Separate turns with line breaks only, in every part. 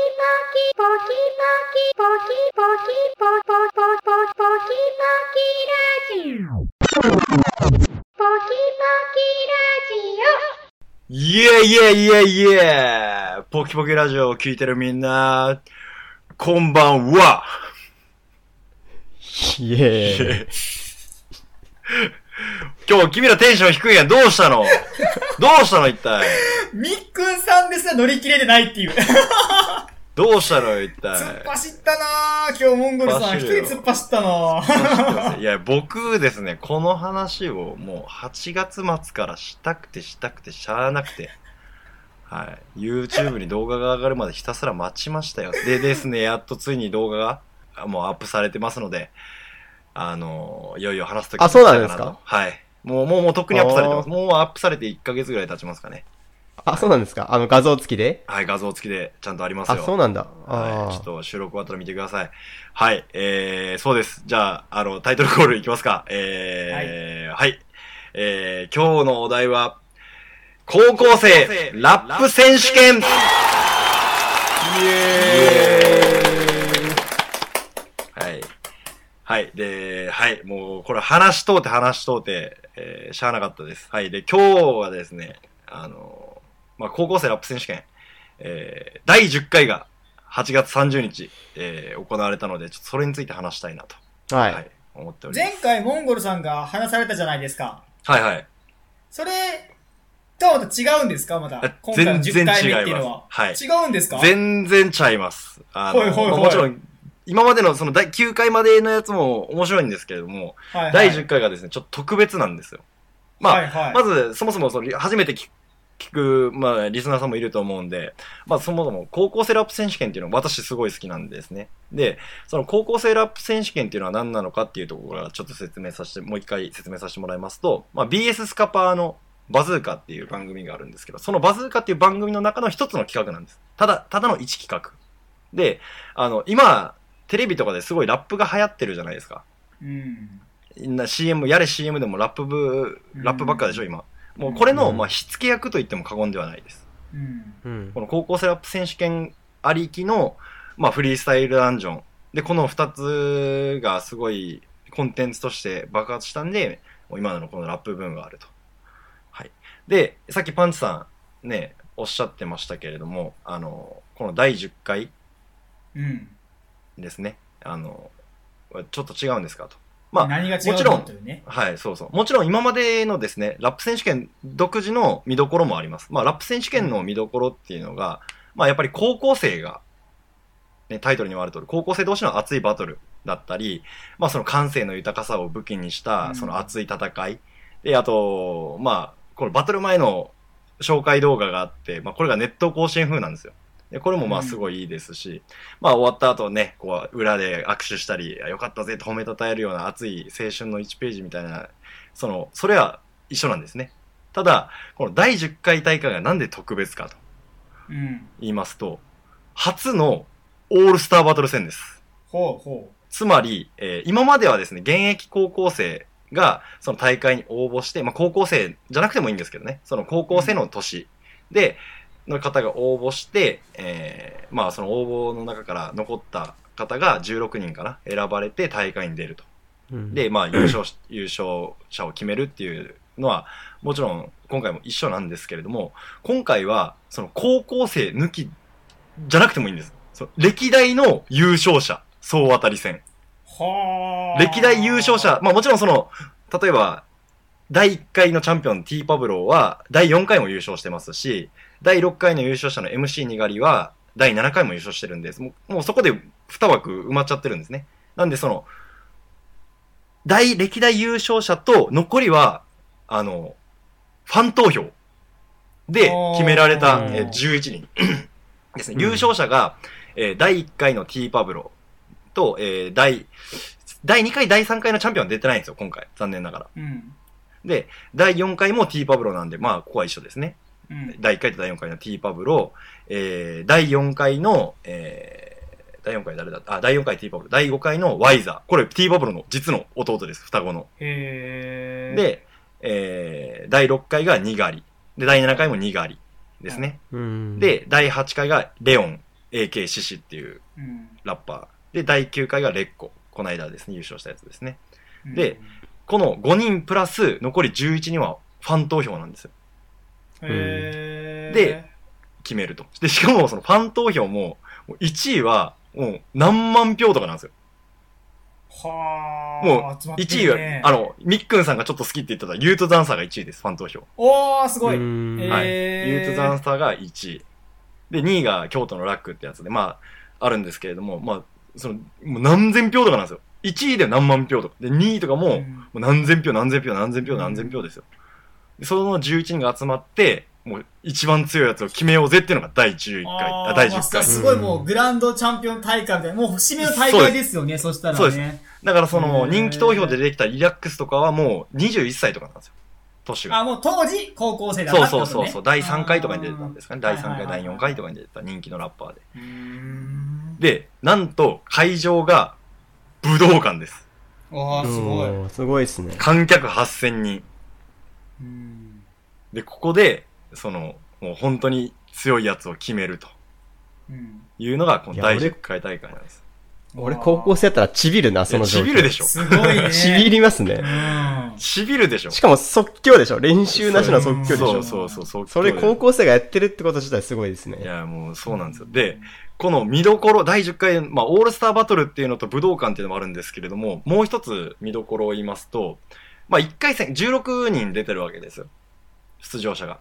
ポキポキポキポキポポポポポキポキラジオポキポキラジオ
イエイエイエイイエポキポキラジオを聞いてるみんな、こんばんは
イエーイ。
今日君らテンション低いやん、どうしたのどうしたの一体
みっくんさんですら乗り切れてないっていう。突
どうしたの一体
っ走ったなぁ。今日モンゴルさん一人突っ走ったなぁ。
いや、僕ですね、この話をもう8月末からしたくてしたくてしゃあなくて、はい。YouTube に動画が上がるまでひたすら待ちましたよ。でですね、やっとついに動画があもうアップされてますので、あの、いよいよ話すとき
あそうなんですか
はい。もう、もう、もうとっくにアップされてます。もうアップされて1ヶ月ぐらい経ちますかね。
あ、そうなんですかあの画像付きで
はい、画像付きでちゃんとあります
あ、
よ。
そうなんだ。あ
はい、ちょっ
ー
と収録終わったら見てください。はい、えー、そうです。じゃあ、あの、タイトルコールいきますか。えー、はい、えー、今日のお題は、高校生ラップ選手権イエーイはい。はい。で、はい。もう、これ話し通って話し通って、えー、しゃあなかったです。はい。で、今日はですね、あの、まあ、高校生ラップ選手権、えー、第10回が8月30日、えー行われたので、ちょっとそれについて話したいなと、
は
はい
い。
思っておりま
前
す。
回モンゴルさんが話されたじゃないですか。
はいはい。
それとはまた違うんですかまた
あ。
今回の
全然
10回目っていうのは。
違
違うんですか
全然ちゃいます。あの
ほいほいほい
まあもちろん、今までのその第9回までのやつも面白いんですけれども、
はいはい
第10回がですね、ちょっと特別なんですよ。まあ、
はいはい
まず、そもそもその初めて聞く、聞く、まあ、リスナーさんもいると思うんで、まあ、そもそも高校生ラップ選手権っていうのは私すごい好きなんですね。で、その高校生ラップ選手権っていうのは何なのかっていうところからちょっと説明させて、もう一回説明させてもらいますと、まあ、BS スカパーのバズーカっていう番組があるんですけど、そのバズーカっていう番組の中の一つの企画なんです。ただ、ただの一企画。で、あの、今、テレビとかですごいラップが流行ってるじゃないですか。
うん。
な CM、やれ CM でもラップ部、ラップばっかでしょ、今。もうこれの、
うん
まあ、火付け役と言っても過言ではないです。
うん。
うん
こ。の高校生ラップ選手権ありきの、まあ、フリースタイルダンジョン。で、この2つがすごいコンテンツとして爆発したんで、もう今のこのラップ分があると。はい。で、さっきパンチさんね、おっしゃってましたけれども、あの、この第10回
うん。
ですね、あの、ちょっと違うんですかと。まあ、
何が違
も
う
ちろ
のか
ん
というね。
はい、そうそう。もちろん今までのですね、ラップ選手権独自の見どころもあります。まあ、ラップ選手権の見どころっていうのが、まあ、やっぱり高校生が、ね、タイトルにもある通り、高校生同士の熱いバトルだったり、まあ、その感性の豊かさを武器にし
う
た、
ん
その熱い戦い。で、あと、まあ、このバトル前の紹介動画があって、まあ、これがネット甲子園風なんですよ。でこれもまあすごいいいですし、まあ終わった後ね、こう裏で握手したり、あよかったぜって褒めたたえるような熱い青春の1ページみたいな、その、それは一緒なんですね。ただ、この第10回大会がなんで特別かと
うん。
言いますと、初のオールスターバトル戦です。
ほうほ
つまり、えー今まではですね、現役高校生がその大会に応募して、まあ、高校生じゃなくてもいいんですけどね、その高校生の年で、の方が応募して、えーまあその応募の中から残った方が16人かな、選ばれて大会に出ると。
うん、
で、まあ優勝し、優勝者を決めるっていうのは、もちろん今回も一緒なんですけれども、今回はその高校生抜きじゃなくてもいいんです。そう歴代の優勝者、総当たり戦。
う。はあ。
歴代優勝者、まあもちろんその、例えば、第1回のチャンピオン T パブローは、第4回も優勝してますし、第6回の優勝者の MC にがりは、第7回も優勝してるんです。もうもうそこで2枠埋まっちゃってるんですね。なんでその、大、歴代優勝者と、残りは、あの、ファン投票で決められた
おー
えー11人ですね。
うん
優勝者が、えー第1回の T パブローと、えー第、第2回、第3回のチャンピオンは出てないんですよ、今回。残念ながら。
うん。
で、第4回も T パブロなんで、まあ、ここは一緒ですね。
うん。
第1回と第4回の T パブロ、えー、第4回の、えー、第4回誰だったあ、第4回 T パブロ、第5回のワイザー。これ T パブロの実の弟です、双子の。
へえ。、
で、えー、第6回がニガリ。で、第7回もニガリですね。
うん、
で、第8回がレオン。 AK 獅子っていう
うん
ラッパー。で、第9回がレッコ。この間ですね、優勝したやつですね。
うん
でこの5人プラス残り11人はファン投票なんですよ。
へー
で決めると。で、しかもそのファン投票も、もう1位はもう何万票とかなんですよ。
はあ
も
集まって
1位
る
は
ね、
あの、みっくんさんがちょっと好きって言ってたユートダンサーが1位です、ファン投票。
おーすごい
うん
はい
え
ユートダンサーが1位。で、2位が京都のラックってやつで、まあ、あるんですけれども、まあ、その、もう何千票とかなんですよ。1位で何万票とか。で、2位とかも、
うん
もう何千票、何千票、何千票、
うん
何千票ですよ。でその11人が集まって、もう一番強いやつを決めようぜっていうのが第11回、あ
ー
第
まあ
10回。
すごいもうグランドチャンピオン大会みたいな、もう節目の大会ですよね、そしたらね。
そうでだからその
へー
人気投票で出てきたリラックスとかはもう21歳とかなんですよ。年が。
あ、もう当時、高校生だっ
そ
た
う
って
そ
こ
う
とね
そうそう。第3回とかに出てたんですかね。
あー
第3回、
はい
第
はいはい
4回とかに出てた人気のラッパーで。
うーん。
で、なんと会場が武道館です。
わあ、すごい。う
おーすごいですね。
観客8000人。
ん。
で、ここで、その、もう本当に強いやつを決めると
うん。
いうのがこの
いや
第
俺
10回大会なんです。
俺高校生やったらちびるな、
い
そ
や
の状
ち
況。
びるでしょ。
すごい ね。
ちびりますね
う。ん。
ちびるでしょ。
しかも即興でしょ練習なしの即興でし
そ
ょ
うそうそうそう。
それ高校生がやってるってこと自体すごいです
い
ね。
や、もうそうなんですよ。で、、この見どころ、第10回、まあ、オールスターバトルっていうのと武道館っていうのもあるんですけれども、もう一つ見どころを言いますと、まあ、1回戦、16人出てるわけですよ。出場者が。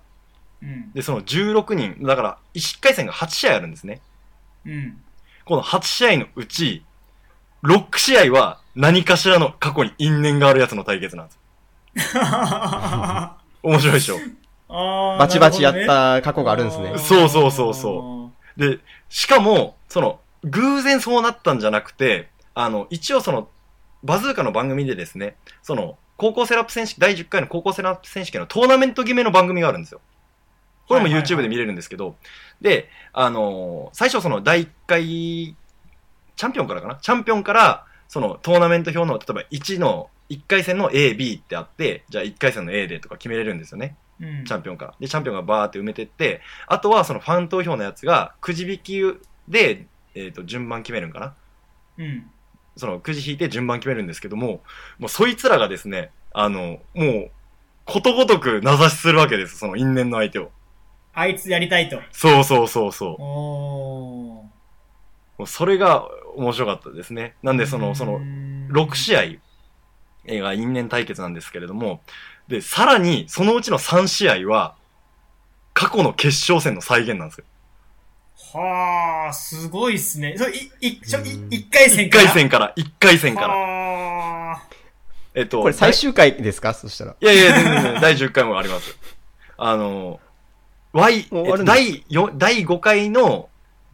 うん。
で、その16人、だから、1回戦が8試合あるんですね。
うん。
この8試合のうち、6試合は何かしらの過去に因縁があるやつの対決なんですよ。
あ
面白いでしょ。
ー
バチバチやっ。
なる
た過去
ほどね
があるんですね。
そうそうそうそで、しかも、その、偶然そうなったんじゃなくて、あの、一応その、バズーカの番組でですね、その、高校セラップ選手、第10回の高校セラップ選手権のトーナメント決めの番組があるんですよ。これも
はいはいはい
YouTube で見れるんですけど、で、あのー最初その第1回、チャンピオンからかなチャンピオンから、そのトーナメント表の、例えば1の、1回戦の A、B ってあって、じゃあ1回戦の A でとか決めれるんですよね。
うん。うん
チャンピオンから。で、チャンピオンがバーって埋めてって、あとはそのファン投票のやつがくじ引きで、えっ、と、順番決めるんかな
うん。
そのくじ引いて順番決めるんですけども、もうそいつらがですね、あの、もう、ことごとく名指しするわけです、その因縁の相手を。
あいつやりたいと。
そうそうそうそう。
おー。
もうそれが面白かったですね。なんでその、その、6試合、えーが因縁対決なんですけれども、で、さらに、そのうちの3試合は、過去の決勝戦の再現なんですよ。
はあ、すごいっすね。それ、い、い、ちょ、い
うん、
一回
1
戦から。
回戦 から、1回戦から。
はあ
えっと、
これ最終回ですかそしたら。
いやいや、全然全然第10回もあります。あの、Y、
もう終わるんだ
第4、第5回の、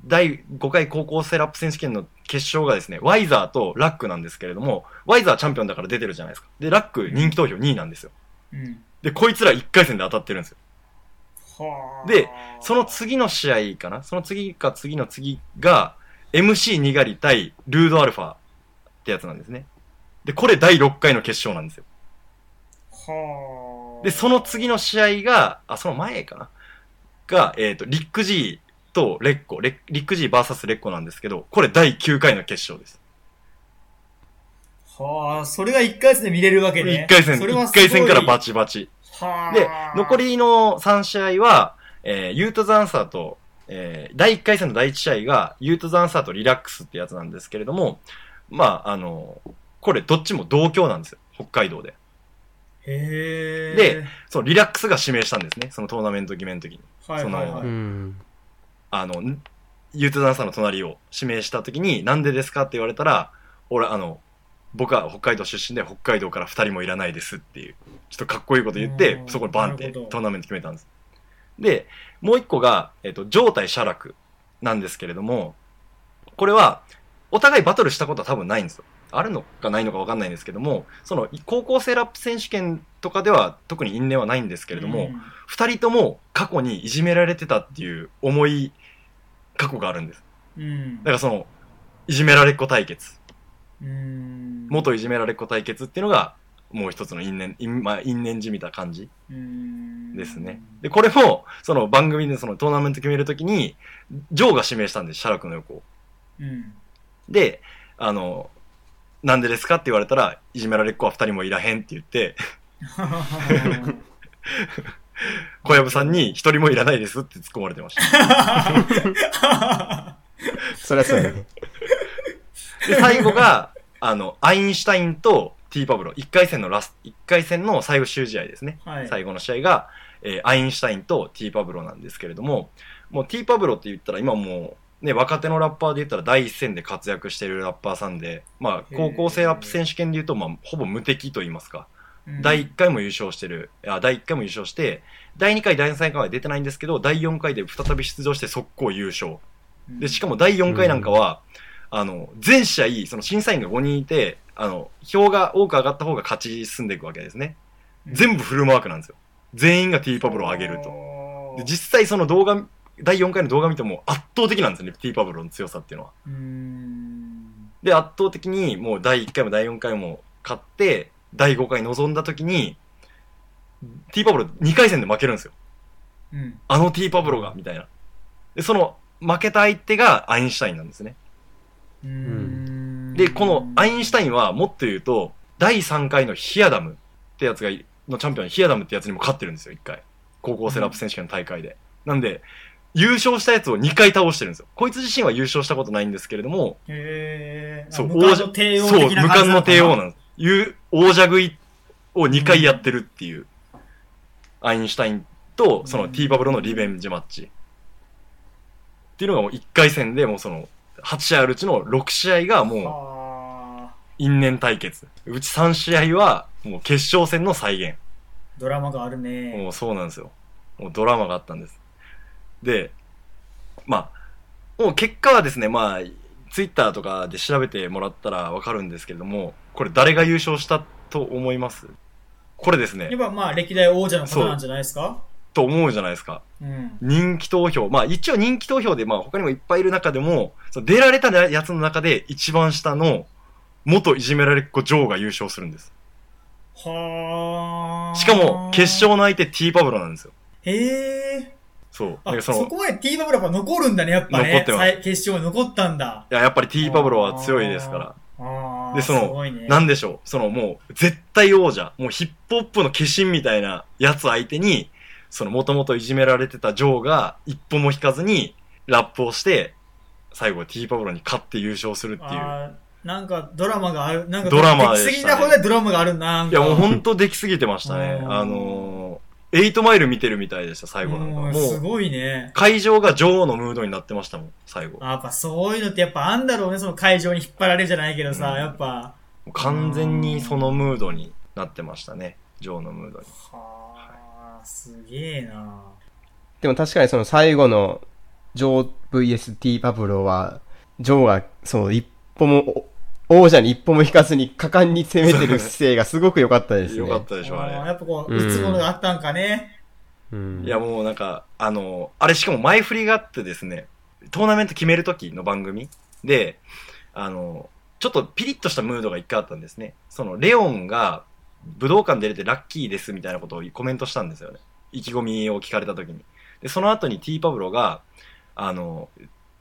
第5回高校セラップ選手権の決勝がですね、ワイザーとラックなんですけれども、ワイザーチャンピオンだから出てるじゃないですか。で、ラック人気投票2位なんですよ。
うん。
で、こいつら1回戦で当たってるんですよ。
はあ。
で、その次の試合かなその次か次の次が、MC にがり対ルードアルファってやつなんですね。で、これ第6回の決勝なんですよ。
はあ。
で、その次の試合が、あ、その前かなが、えっ、と、リック G とレッコ、レッリック G バーサスレッコなんですけど、これ第9回の決勝です。
はあ、それが1回戦で見れるわけね。
1回戦、
それは
一
すごい
回戦からバチバチ。
はあ。
で、残、りの3試合は、えー、ユートザンサーと、えー、第1回戦の第1試合が、ユートザンサーとリラックスってやつなんですけれども、まあ、あの、これどっちも同郷なんですよ。北海道で。
へえ。
で、そのリラックスが指名したんですね。そのトーナメント決めの時に。
はいはいは
そ
い。
ん。
あの、んユートダンサーの隣を指名した時に、なんでですかって言われたら、俺、あの、僕は北海道出身で北海道から二人もいらないですっていう、ちょっとかっこいいこと言って
う、ん
そこにバンっ
な
て
るほど
トーナメント決めたんです。で、もう一個が、えっ、と、状態写楽なんですけれども、これは、お互いバトルしたことは多分ないんですよ。あるのかないのかわかんないんですけども、その、高校生ラップ選手権とかでは特に因縁はないんですけれども、
うん、
二人とも過去にいじめられてたっていう重い過去があるんです。
うん
だからその、いじめられっ子対決、
うん。
元いじめられっ子対決っていうのが、もう一つの因縁、因まあ、因縁じみた感じですね。で、
で、
これも、その番組でそのトーナメント決めるときに、ジョーが指名したんです、シャラクの横を。
うん。
で、あの、なんでですかって言われたら、いじめられっ子は二人もいらへんって言って、 小籔さんに一人もいらないですって突っ込まれてました。
それはそうだね。
で、最後が、 あの、アインシュタインとティーパブロ、一回戦のラス、一回戦の最後終試合ですね。
はい。
最後の試合が、えーアインシュタインとティーパブロなんですけれども、もうティーパブロって言ったら今もう、ね、若手のラッパーで言ったら第一線で活躍してるラッパーさんで、まあ、
へー
高校生ラップ選手権で言うと、まあ、ほぼ無敵と言いますか、
うん
第1回も優勝してる、あ第1回も優勝して、第2回、第3回は出てないんですけど、第4回で再び出場して速攻優勝。で、しかも第4回なんかは、あの、全試合、その審査員が5人いて、あの、票が多く上がった方が勝ち進んでいくわけですね。
うん
全部フルマークなんですよ。全員がティーパブロを上げると。で実際その動画、第4回の動画見ても圧倒的なんですよね、ティーパブロの強さっていうのは。
うん
で、圧倒的にもう第1回も第4回も勝って、第5回臨んだ時に、ティーパブロ2回戦で負けるんですよ。
うん
あのティーパブロが、みたいな。で、その負けた相手がアインシュタインなんですね。
うん
で、このアインシュタ
イン
インはもっと言うと、第3回のヒアダムってやつがい、のチャンピオン、ヒアダムってやつにも勝ってるんですよ、1回。高校生ラップ選手権の大会で。なんで、優勝したやつを2回倒してるんですよ。こいつ自身は優勝したことないんですけれども、
へー
そう
あ無冠の帝王
そう、
的な
無
感じ
冠
な
の
のか
帝王なんです。いう、王者食いを2回やってるっていう、アインシュタインと、そのティーバブロのリベンジマッチ。っていうのがもう1回戦でもうその、8試合あるうちの6試合がもう、
あ
因縁対決。うち3試合は、もう決勝戦の再現。
ードラマがあるね
もうそうなんですよ。もうドラマがあったんです。で、まあ、もう結果はですね、まあ、ツイッターとかで調べてもらったらわかるんですけれども、これ誰が優勝したと思いますこれです
やっ
ね、
ぱまあ歴代王者の方なんじゃないですか
と思うじゃないですか。
うん
人気投票。まあ一応人気投票で、まあ他にもいっぱいいる中でも、その出られたやつの中で一番下の元いじめられっ子ジョーが優勝するんです。
はー
しかも、決勝の相手 T パブロなんですよ。
へえ
そう。だか
あ
ら
そ
その、い
こまでティーバブラが残るんだねやっぱね
残ってます
さい決勝に残ったんだ
や、やっぱり T パブロは強いですから。
あー
でその
すごいね
なんでしょう、そのもう、絶対王者、もうヒップホップの化身みたいなやつ相手に、その、もともといじめられてたジョーが、一歩も引かずに、ラップをして、最後 T パブロに勝って優勝するっていう。
あーなんかドラマがある、なんか
ドラマでしたね
出来過ぎなほどドラマがあるな。なん
い
か
や、もうほんとできすぎてましたね。
うん
あのー、エイトマイル見てるみたいでした、最後なんか。
うん
も
す
う、
ごいね。
会場が女王のムードになってましたもん、最後。
あやっぱそういうのってやっぱあんだろうね、その会場に引っ張られるじゃないけどさ、
うん
やっぱ。
完全にそのムードになってましたね、女王のムードに。
はあ、すげえな。
でも確かにその最後のジョー VST パブロは、ジョーがその一歩も、お王者に一歩も引かずに果敢に攻めてる姿勢がすごく良かったですね。
よかったでしょ、あれ
あー。やっぱこう、
うん
打つものがあったんかね。
うん。
いやもうなんか、あの、あれしかも前振りがあってですね、トーナメント決める時の番組で、あの、ちょっとピリッとしたムードが一回あったんですね。その、レオンが武道館出れてラッキーですみたいなことをコメントしたんですよね。意気込みを聞かれた時に。で、その後に T パブロが、あの、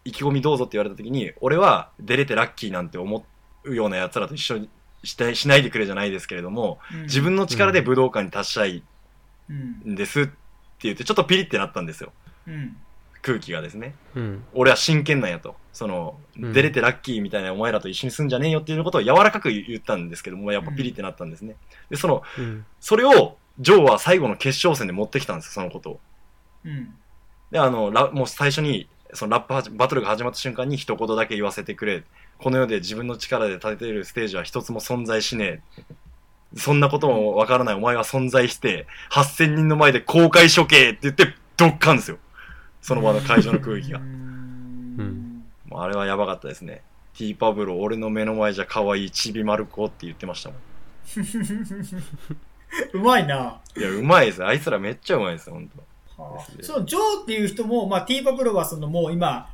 意気込みどうぞって言われた時に、俺は出れてラッキーなんて思うような奴らと一緒にして、しないでくれじゃないですけれども、
うん
自、分の力で武道館に達したい
うん。
んですって言って、ちょっとピリってなったんですよ。
うん。
空気がですね。
うん。
俺は真剣なんやと。その、
うん
出れてラッキーみたいなお前らと一緒にすんじゃねえよっていうことを柔らかく言ったんですけども、やっぱピリってなったんですね。で、その、
うん。
それを、ジョーは最後の決勝戦で持ってきたんですよ、そのことを。
うん。
で、あの、ラもう最初に、そのラップはじバトルが始まった瞬間に一言だけ言わせてくれ。この世で自分の力で立てているステージは一つも存在しねえ。そんなこともわからないお前は存在して、8000人の前で公開処刑って言って、ドッカンですよ。その場の会場の空気 が
う。ん。
もうあれはやばかったですね。ティーパブロ、俺の目の前じゃ可愛いちびまる子って言ってましたもん。
うまいな。
いや、うまいです。あいつらめっちゃうまいです、ほんと。ですね
そのジョーっていう人も、まあ、ティーパブロはそのもう今、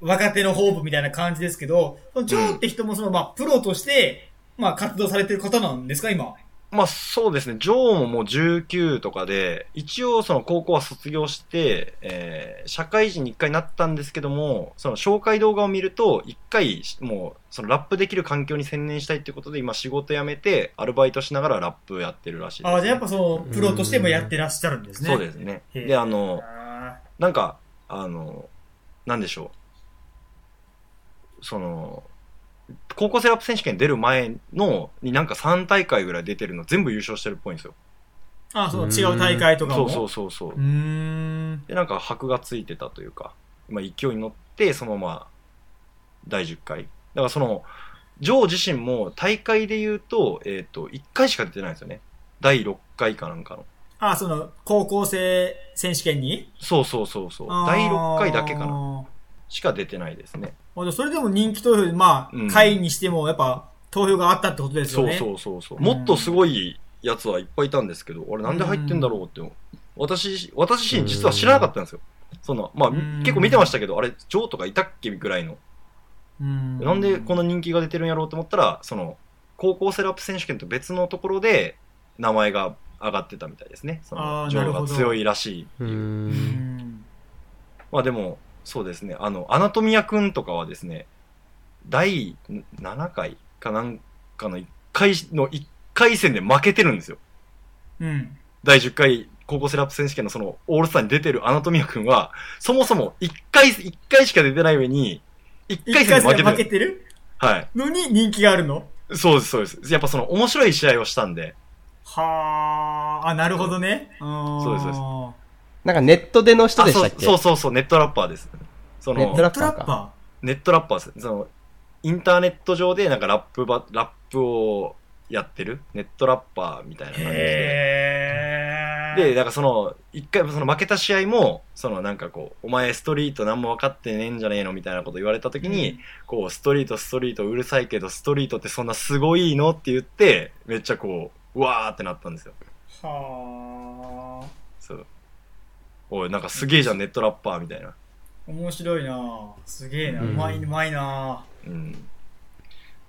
若手のホープみたいな感じですけど、そのジョーって人もその、まあ、プロとして、まあ、活動されてる方なんですか、今。
まあそうですね、ジョーももう19とかで、一応その高校は卒業して、えー社会人に一回なったんですけども、その紹介動画を見ると、一回もうそのラップできる環境に専念したいってことで、今仕事辞めて、アルバイトしながらラップやってるらしいです、
ああ、じゃあやっぱその、プロとしてもやってらっしゃるんですね。
そうですね。
へえ
で、あの、
あ
なんか、あの、なんでしょう。その、高校生ラップ選手権出る前の、になんか3大会ぐらい出てるの全部優勝してるっぽいんですよ。
ーあー、そう、違う大会とか
そ
も。
うそう
う
そうそう
う。ーん。
で、なんか箔がついてたというか、まあ勢いに乗って、そのまま、第10回。だからその、ジョー自身も大会で言うと、えっ、と、1回しか出てないんですよね。第6回かなんかの。
ああ、その、高校生選手権に
そうそうそうそう。第6回だけかな。しか出てないですね。
あでそれでも人気投票で、まあ、
うん
会にしても、やっぱ、投票があったってことですよ
そう
ね。
そうそうそう。
うん
もっとすごいやつはいっぱいいたんですけど、あれなんで入ってんだろうって、私、私自身実は知らなかったんですよ。その、まあ、
うん
結構見てましたけど、あれ、ジョーとかいたっけぐらいの。
うーん。
なんでこの人気が出てるんやろうと思ったら、その、高校セラップ選手権と別のところで、名前が上がってたみたいですね。そ
あ
の、
ー
ジ
な
ョ
る
ー
ほど
が強いらしい。
う。
うんん。
まあでも、そうですね。あの、アナトミアくんとかはですね、第7回かなんかの1回の1回戦で負けてるんですよ。
うん。
第10回高校セラップ選手権のそのオールスターに出てるアナトミア君は、そもそも1回、一回しか出てない上に、1回
一
戦
回戦
で負けて
で負
る。
けてる
はい。
のに人気があるの
そうです、そうです。やっぱその面白い試合をしたんで、
はあ、あ、なるほどね。
そうですそう
そ
なんかネットでの人
あ
でし
そ
た
う
っけ
そうそうそう、ネットラッパーです。その、
ネットラッ
ト
パ
ラ
ーか。
ッパ
ネットラッパーです。その、インターネット上でなんかラップば、ラップをやってる、ネットラッパーみたいな
ー。
感じで。
へー。
で、だからその、一回、その負けた試合も、そのなんかこう、お前ストリート何も分かってねえんじゃねえのみたいなこと言われた時に、
うん
こう、ストリート、ストリート、うるさいけど、ストリートってそんなすごいのって言って、めっちゃこう、うわーってなったんですよ。
はあ。
そう。おい、なんかすげえじゃん、ネットラッパーみたいな。
面白いなぁすげえな。う
うん
まい、うまいな
うん。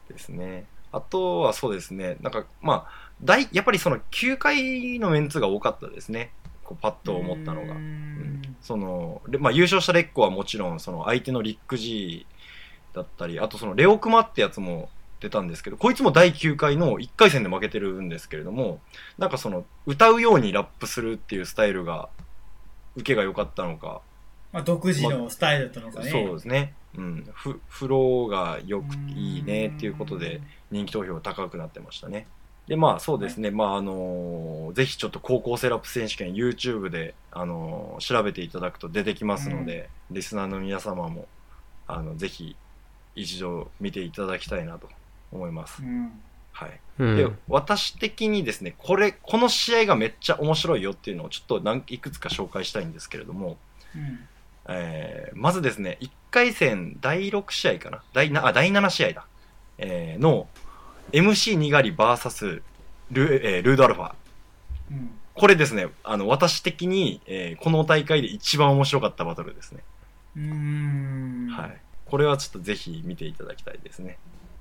ですね。あとはそうですね、なんか、まあ、大、やっぱりその9回のメンツが多かったですね。こう、パッ
ぁ
と思ったのが
うー。ん
その、レまあ、優勝したレッコはもちろん、その相手のリック・ジーだったり、あとそのレオクマってやつも出たんですけど、こいつも第9回の1回戦で負けてるんですけれども、なんかその、歌うようにラップするっていうスタイルが、受けが良かったのか、
まあ、独自のスタイルだったのかね。
そうですね。うん。フフローが良くていいねっていうことで、人気投票高くなってましたね。で、まあそうですね、まああのーぜひちょっと高校セラップ選手権 YouTube で、あのー調べていただくと出てきますので、リスナーの皆様も、あの、ぜひ一度見ていただきたいなと思います
う。ん。
はい。
う
で
ん。、
私的にですね、これ、この試合がめっちゃ面白いよっていうのをちょっと何いくつか紹介したいんですけれども、
うん。
えーまずですね、1回戦第6試合かな第なあ第7試合だ。えーの、MC にがり VS ル,、えールードアルファ。
うん。
これですね、あの、私的に、えーこの大会で一番面白かったバトルですね。
うーん。
はい。これはちょっとぜひ見ていただきたいですね。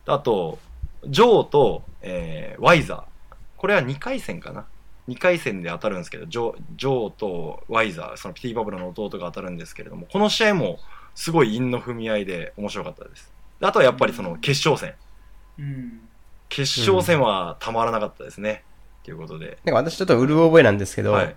あと、ジョーと、えーワイザー。これは2回戦かな。2回戦で当たるんですけど、ジョジョーとワイザー、そのピティバブルの弟が当たるんですけれども、この試合もすごい韻の踏み合いで面白かったです。であとはやっぱりその決勝戦。
うん。
決勝戦はたまらなかったですね。ということで。
なんか私ちょっとうる覚えなんですけど、
はい。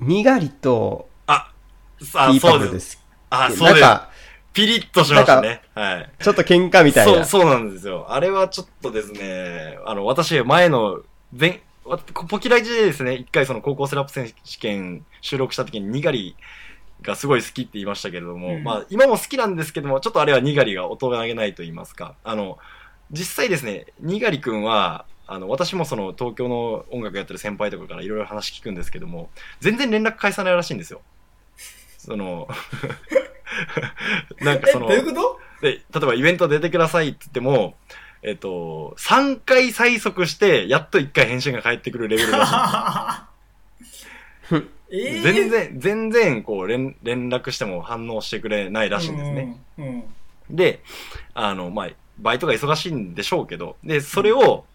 にがりと
あ、
テ
さあ、
ィーパ
そ
ブ
う
ル
で。
ですす。
あ、そ
な
うんです。
か、
ピリッとしましたね。はい。
ちょっと喧嘩みたい
そう、
な。
そうなんですよ。あれはちょっとですね、あの、私、前の、前、わポキラジでですね、一回その高校セラップ選手権収録した時にニガリがすごい好きって言いましたけれども、
うん
まあ、今も好きなんですけども、ちょっとあれはニガリが大人げないと言いますか、あの、実際ですね、ニガリくんは、あの、私もその東京の音楽やってる先輩とかからいろいろ話聞くんですけども、全然連絡返さないらしいんですよ。そ の、なんか
え、
そ
ど
の、
ういうこと
で、例えばイベント出てくださいって言っても、えっと、3回催促して、やっと1回返信が返ってくるレベルだし
え
い、
ー
全然、全然、こう連、連絡しても反応してくれないらしいんですね。。
うん。うん
で、あの、まあ、バイトが忙しいんでしょうけど、で、それを、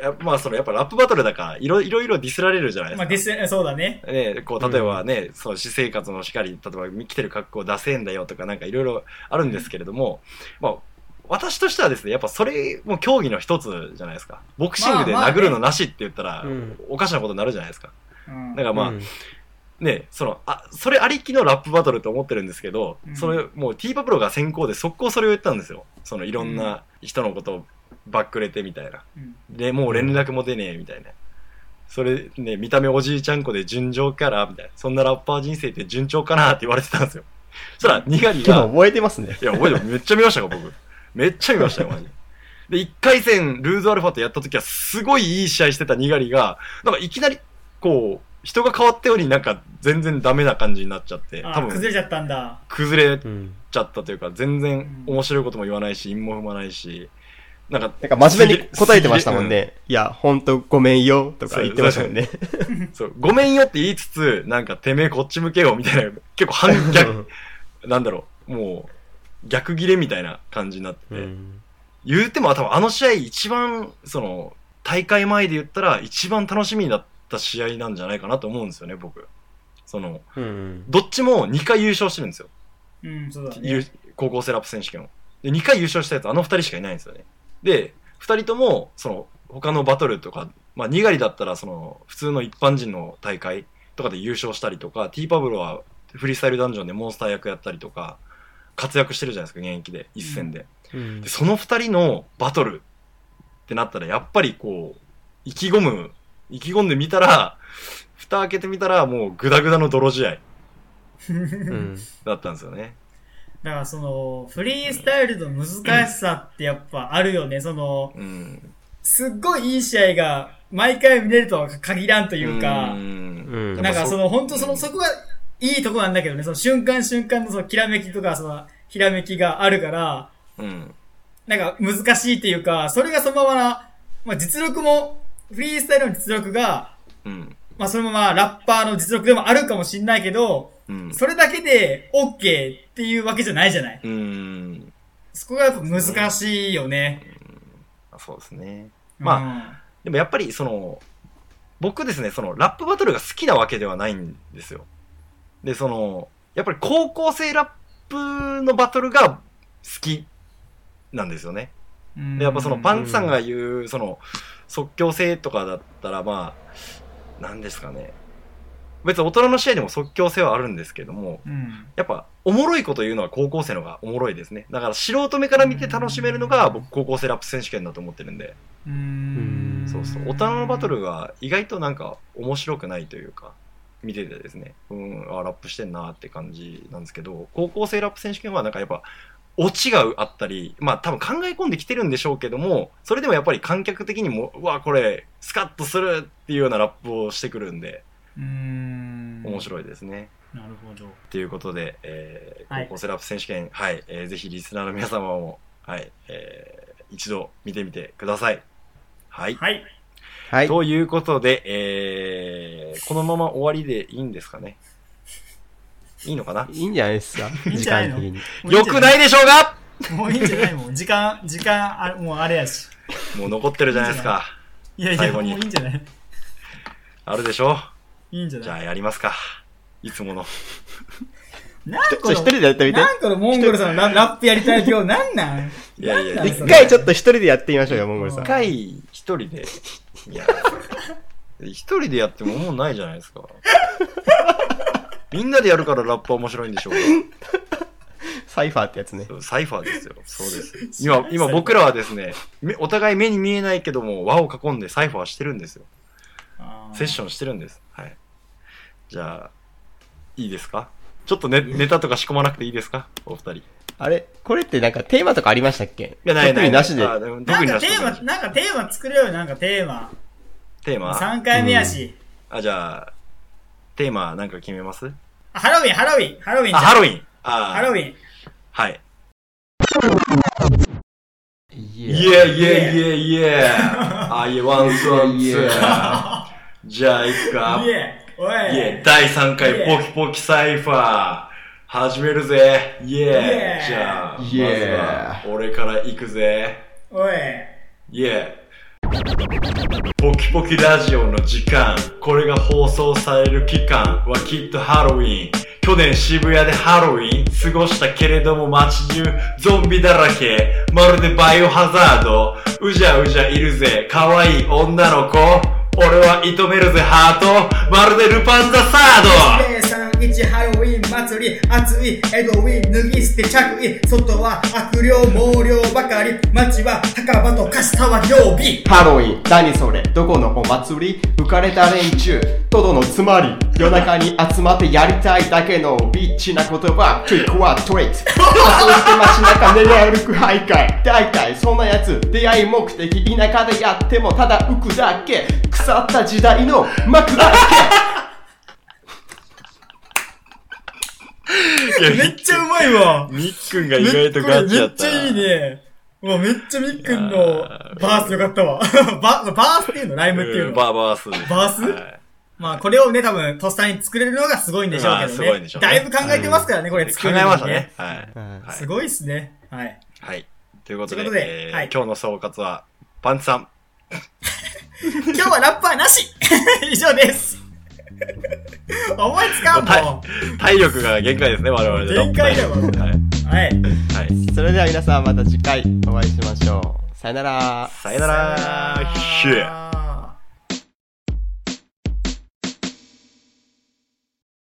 やまあそのやっぱラップバトルだから、いろいろいろディスられるじゃないです
ま
か。
あ、ディス、そうだね。
ね、こう、例えばね、そう、私生活のしかり、例えば着てる格好出せんだよとかなんかいろいろあるんですけれども、まあ、私としてはですね、やっぱそれも競技の一つじゃないですか。ボクシングで
まあまあね
殴るのなしって言ったら、
うん
おかしなことになるじゃないですか。
うん
だからまあ、
うん
ね、その、あ、それありきのラップバトルと思ってるんですけど、
うん
それ、もう T パプロが先行で速攻それを言ったんですよ。そのいろんな人のことをバックれてみたいな。
うん
で、もう連絡も出ねえ、みたいな。それね、見た目おじいちゃん子で純情キャラみたいな。そんなラッパー人生って順調かなって言われてたんですよ。そしたら、にがり
今
が、
覚えてますね。
いや、覚えてるめっちゃ見ましたか、僕。めっちゃ見ましたよ、マジで。で、1回戦、ルーズアルファとやった時は、すごいいい試合してたにがりが、なんかいきなり、こう、人が変わったようになんか全然ダメな感じになっちゃって、
あ
多分
崩れちゃったんだ。
崩れ
うん。
ちゃったというか、全然
うん
面白いことも言わないし、陰も踏まないし、なんか、
なんか真面目に答えてましたもんね。いや、ほんとごめんよ、とか言ってましたもんね。
そう、ごめんよって言いつつ、なんかてめえこっち向けよみたいな、結構反逆、なんだろう、もう、逆切れみたいな感じになってて、
うん
言うても多分あの試合一番、その、大会前で言ったら一番楽しみだった試合なんじゃないかなと思うんですよね、僕。その、
うん。
どっちも2回優勝してるんですよ。
うん、そうだ
優
ね。
高校生ラップ選手権を。で、2回優勝したやつ、あの2人しかいないんですよね。で、2人とも、その、他のバトルとか、まあ、にがりだったら、その、普通の一般人の大会とかで優勝したりとか、T パブロはフリースタイルダンジョンでモンスター役やったりとか、活躍してるじゃないですか、現役で、一戦で。
うん
でその2人のバトルってなったら、やっぱりこう、意気込む、意気込んでみたら、蓋開けてみたら、もうグダグダの泥試合
うん
だったんですよね。
だからその、フリースタイルの難しさってやっぱあるよね。その、
うん。
すっごいいい試合が毎回見れるとは限らんというか、
ん
うん
なんかその、本当その、
うん
そこがいいとこなんだけどね、その瞬間瞬間のその、きらめきとか、その、ひらめきがあるから、
うん。
なんか難しいっていうか、それがそのままな、まあ実力も、フリースタイルの実力が、
うん。
まあそのままラッパーの実力でもあるかもしんないけど、
うん。
それだけで OK っていうわけじゃないじゃない。
うん。
そこがやっぱ難しいよね。
そうですね。まあ、
あ、
でもやっぱりその、僕ですね、そのラップバトルが好きなわけではないんですよ。で、その、やっぱり高校生ラップのバトルが好きなんですよね。
うん
で、やっぱそのパンツさんが言う、その、即興性とかだったら、まあ、なんですかね。別に大人の試合でも即興性はあるんですけども、
うん。
やっぱ、おもろいこと言うのは高校生の方がおもろいですね。だから素人目から見て楽しめるのが僕高校生ラップ選手権だと思ってるんで。
う。
うん
そうそう。大人のバトルが意外となんか面白くないというか、見ててですね。うん、あ、ラップしてんなって感じなんですけど、高校生ラップ選手権はなんかやっぱ、オチがあったり、まあ多分考え込んできてるんでしょうけども、それでもやっぱり観客的にも、うわ、これ、スカッとするっていうようなラップをしてくるんで、
うん。
面白いですね。
い。なるほど。
ということで、えー
はい
高校セラップ選手権、はい、えーぜひリスナーの皆様も、はい、えー一度見てみてください。はい。
はい。
はい。
ということで、えーこのまま終わりでいいんですかねいいのかない
いんじゃないですか
いいん
時
じゃない
間
の
的に。
よくないいでしょうか
もういいんじゃないもう時間、時間、あもうあれやし。
もう残ってるじゃないですか。
いやい
最
や、
後
もうい
に
いんじゃない
あるでしょ
いいんじゃ
じゃ
ない
あやりますか。いつもの。
なん
ちょ、一人でやってみて。
なんかのモンゴルさんのララップやりたい今日、なんなん
いやいや、
なんだ
一
そ
一
れ
回ちょっと一人でやってみましょうよ、モンゴルさん。
回一人 で。いや、一人でやっても思うないじゃないですか。みんなでやるからラップは面白いんでしょうか
サイファーってやつね。
サイファーですよ。そうです。今、今僕らはですね、めお互い目に見えないけども、輪を囲んでサイファーしてるんですよ。 セッションしてるんです。はい。じゃあ、いいですかちょっとね、ネタとか仕込まなくていいですかお二人。い
あれこれってなんかテーマとかありましたっけ
や、ない
特
ない。
になしで。
あも特
なん
に
か
なし
テ
で
ーマ、なんかテーマ作れよ、なんかテーマ。
テーマ
3回目やし。
あ、じゃあ、テーマなんか決めます
あハロウィン、ハロウィン、ハロウィンじ
あ、
ゃん。
ハロウィンあ
ハロウ
ン
ィン。
はい。
い
イエーイエーイエーイエー あ、いえ、ワンスワンツー。じゃあ、行く か。
イエーイおい
イエー第3回ポキポキサイファー始めるぜイエー
Yeah
じゃあ、まず
Yeah
は俺から行くぜ
おい
イエーポキポキラジオの時間。これが放送される期間はきっとハロウィン。去年渋谷でハロウィン過ごしたけれども街中ゾンビだらけ。まるでバイオハザード。うじゃうじゃいるぜ。可愛い女の子。俺は射止めるぜハート。まるでルパンザサード。
031ハロウィン祭り熱いエドウィン脱ぎ捨て着衣外は悪霊猛霊ばかり街は墓場と化したは曜日
ハロウィン、何それ、どこのお祭り浮かれた連中、トドのつまり、夜中に集まってやりたいだけのビッチな言葉、トリックはトリック。遊んで街中練り歩く徘徊。大体そんなやつ、出会い目的、田舎でやってもただ浮くだけ。腐った時代の幕だ
めっちゃうまいわ
みっくんが意外とガチやった。
めっちゃいいねうわめっちゃみっくんのバースよかったわ ババースっていうのライムってい
う
う
ん
の
バーバースです。
バース
はい
まあこれをね多分とっさに作れるのがすごいんでしょうけ
まあ
ど
す
ね,、
ごいんでしょうね
だいぶ考えてますからねこれ
考
作
え
るのに
ましたね。はい。
け。
すごいっすねはい
はい。ということで、
ということで
えー
はい
今日の総括は、パンツさん。
今日はラッパーなし 以上です 思いつかんも
体体力が限界ですね、我々で。
限界だ
は
わ
い。
んはい
はい。
それでは皆さんまた次回お会いしましょう。さよなら。
さよなら。ヒュー